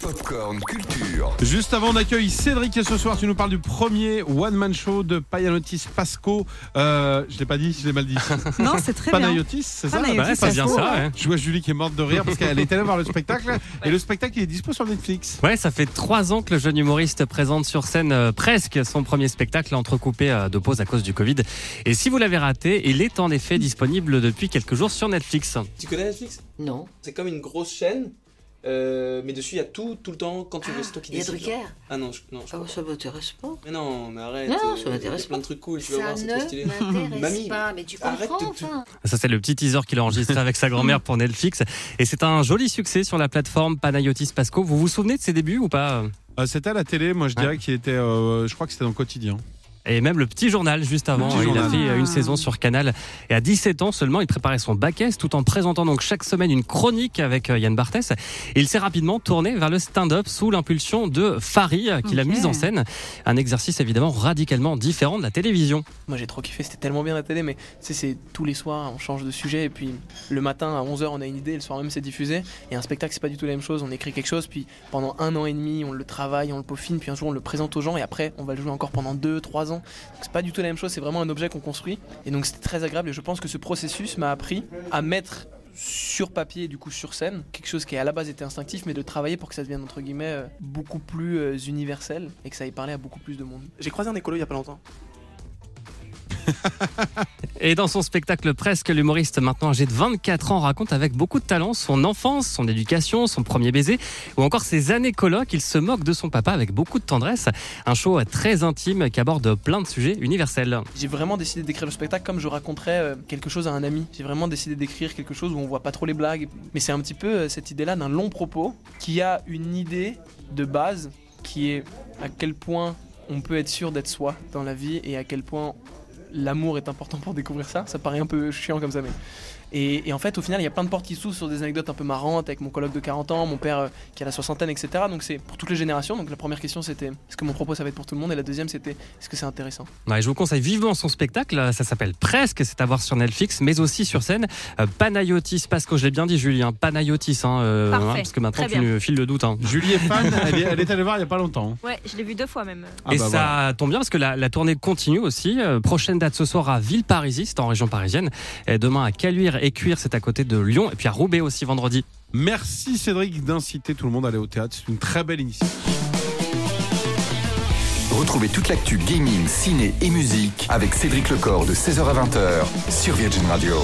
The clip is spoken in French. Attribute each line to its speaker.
Speaker 1: Popcorn Culture.
Speaker 2: Juste avant, on accueille Cédric et ce soir, tu nous parles du premier one-man show de Payanotis Pasco. Euh, je l'ai pas dit, je l'ai mal dit.
Speaker 3: Non, c'est très bien.
Speaker 2: Panayotis, c'est ça
Speaker 3: Panayotis.
Speaker 2: Bah,
Speaker 3: ouais,
Speaker 4: c'est bien
Speaker 3: Pasco,
Speaker 4: ça.
Speaker 3: ouais.
Speaker 4: hein.
Speaker 2: Je vois Julie qui est morte de rire parce qu'elle est allée voir le spectacle et le spectacle il est dispo sur Netflix.
Speaker 4: Ouais, ça fait trois ans que le jeune humoriste présente sur scène euh, presque son premier spectacle entrecoupé euh, de pauses à cause du Covid. Et si vous l'avez raté, il est en effet disponible depuis quelques jours sur Netflix.
Speaker 5: Tu connais Netflix
Speaker 6: Non.
Speaker 5: C'est comme une grosse chaîne, euh, mais dessus il y a tout, tout le temps, quand tu veux, c'est toi qui
Speaker 6: Il y a
Speaker 5: décides. genre.
Speaker 6: Drucker
Speaker 5: Ah non, je- non, je-
Speaker 6: Ah, ça m'intéresse pas.
Speaker 5: mais non, mais arrête.
Speaker 6: Non,
Speaker 5: euh,
Speaker 6: ça m'intéresse
Speaker 5: Il y a plein de trucs cool, tu vas
Speaker 7: Ça
Speaker 5: voir, c'est trop
Speaker 7: ne
Speaker 5: stylé. Mamie,
Speaker 7: m'intéresse pas, mais tu
Speaker 5: arrête
Speaker 7: comprends
Speaker 5: de te-
Speaker 7: enfin.
Speaker 4: Ça, c'est le petit teaser qu'il a enregistré avec sa grand-mère pour Netflix. Et c'est un joli succès sur la plateforme Panayotis Pasco. Vous vous souvenez de ses débuts ou pas
Speaker 2: Euh, c'était à la télé, moi je dirais qu'il était, euh, je crois que c'était dans le quotidien.
Speaker 4: Et même le petit journal juste avant.
Speaker 2: petit
Speaker 4: Il
Speaker 2: journal.
Speaker 4: a fait euh, une saison sur Canal. Et à 17 ans seulement, il préparait son bac S tout en présentant donc chaque semaine une chronique avec euh, Yann Barthès. Et il s'est rapidement tourné vers le stand-up sous l'impulsion de Farid, euh, qu'il a
Speaker 3: Ok.
Speaker 4: mise en scène. Un exercice évidemment radicalement différent de la télévision.
Speaker 8: Moi j'ai trop kiffé, c'était tellement bien la télé, mais tu sais, c'est tous les soirs on change de sujet et puis le matin à 11h on a une idée, et le soir même c'est diffusé. Et un spectacle c'est pas du tout la même chose, on écrit quelque chose, puis pendant un an et demi on le travaille, on le peaufine, puis un jour on le présente aux gens et après on va le jouer encore pendant 2-3 ans. Donc c'est pas du tout la même chose, c'est vraiment un objet qu'on construit. Et donc c'était très agréable et je pense que ce processus m'a appris à mettre sur papier et du coup sur scène, quelque chose qui à la base était instinctif, mais de travailler pour que ça devienne entre guillemets euh, beaucoup plus euh, universel et que ça aille parler à beaucoup plus de monde. J'ai croisé un écolo il y a pas longtemps.
Speaker 4: Et dans son spectacle Presque, l'humoriste maintenant âgé de 24 ans raconte avec beaucoup de talent son enfance, son éducation, son premier baiser ou encore ses années coloc. Il se moque de son papa avec beaucoup de tendresse. Un show euh, très intime qui aborde plein de sujets universels.
Speaker 8: J'ai vraiment décidé d'écrire le spectacle comme je raconterais euh, quelque chose à un ami. J'ai vraiment décidé d'écrire quelque chose où on voit pas trop les blagues. Mais c'est un petit peu euh, cette idée-là d'un long propos qui a une idée de base qui est à quel point on peut être sûr d'être soi dans la vie et à quel point l'amour est important pour découvrir ça. Ça paraît un peu chiant comme ça, mais. Et, et en fait, au final, il y a plein de portes qui s'ouvrent sur des anecdotes un peu marrantes avec mon colloque de 40 ans, mon père euh, qui a la soixantaine, etc. Donc c'est pour toutes les générations. Donc la première question c'était est-ce que mon propos ça va être pour tout le monde Et la deuxième c'était est-ce que c'est intéressant
Speaker 4: Ouais, je vous conseille vivement son spectacle, ça s'appelle Presque, c'est à voir sur Netflix, mais aussi sur scène. Euh, Panayotis, parce que je l'ai bien dit Julien, Panayotis, hein, euh,
Speaker 9: Parfait,
Speaker 4: hein, parce que maintenant
Speaker 9: très
Speaker 4: tu
Speaker 9: bien.
Speaker 4: nous files le doute. hein.
Speaker 2: Julie est fan, elle est, elle est allée voir il y a pas longtemps.
Speaker 9: Ouais, je l'ai vu deux fois même.
Speaker 2: Ah
Speaker 4: Et
Speaker 2: bah
Speaker 4: ça
Speaker 2: voilà.
Speaker 4: tombe bien parce que la, la tournée continue aussi. Euh, prochaine date ce soir à Villeparisis, c'est en région parisienne. Et demain à Caluire et Cuire, c'est à côté de Lyon. Et puis à Roubaix aussi vendredi.
Speaker 2: Merci Cédric d'inciter tout le monde à aller au théâtre, c'est une très belle initiative.
Speaker 1: Retrouvez toute l'actu gaming, ciné et musique avec Cédric Lecor de 16h à 20h sur Virgin Radio.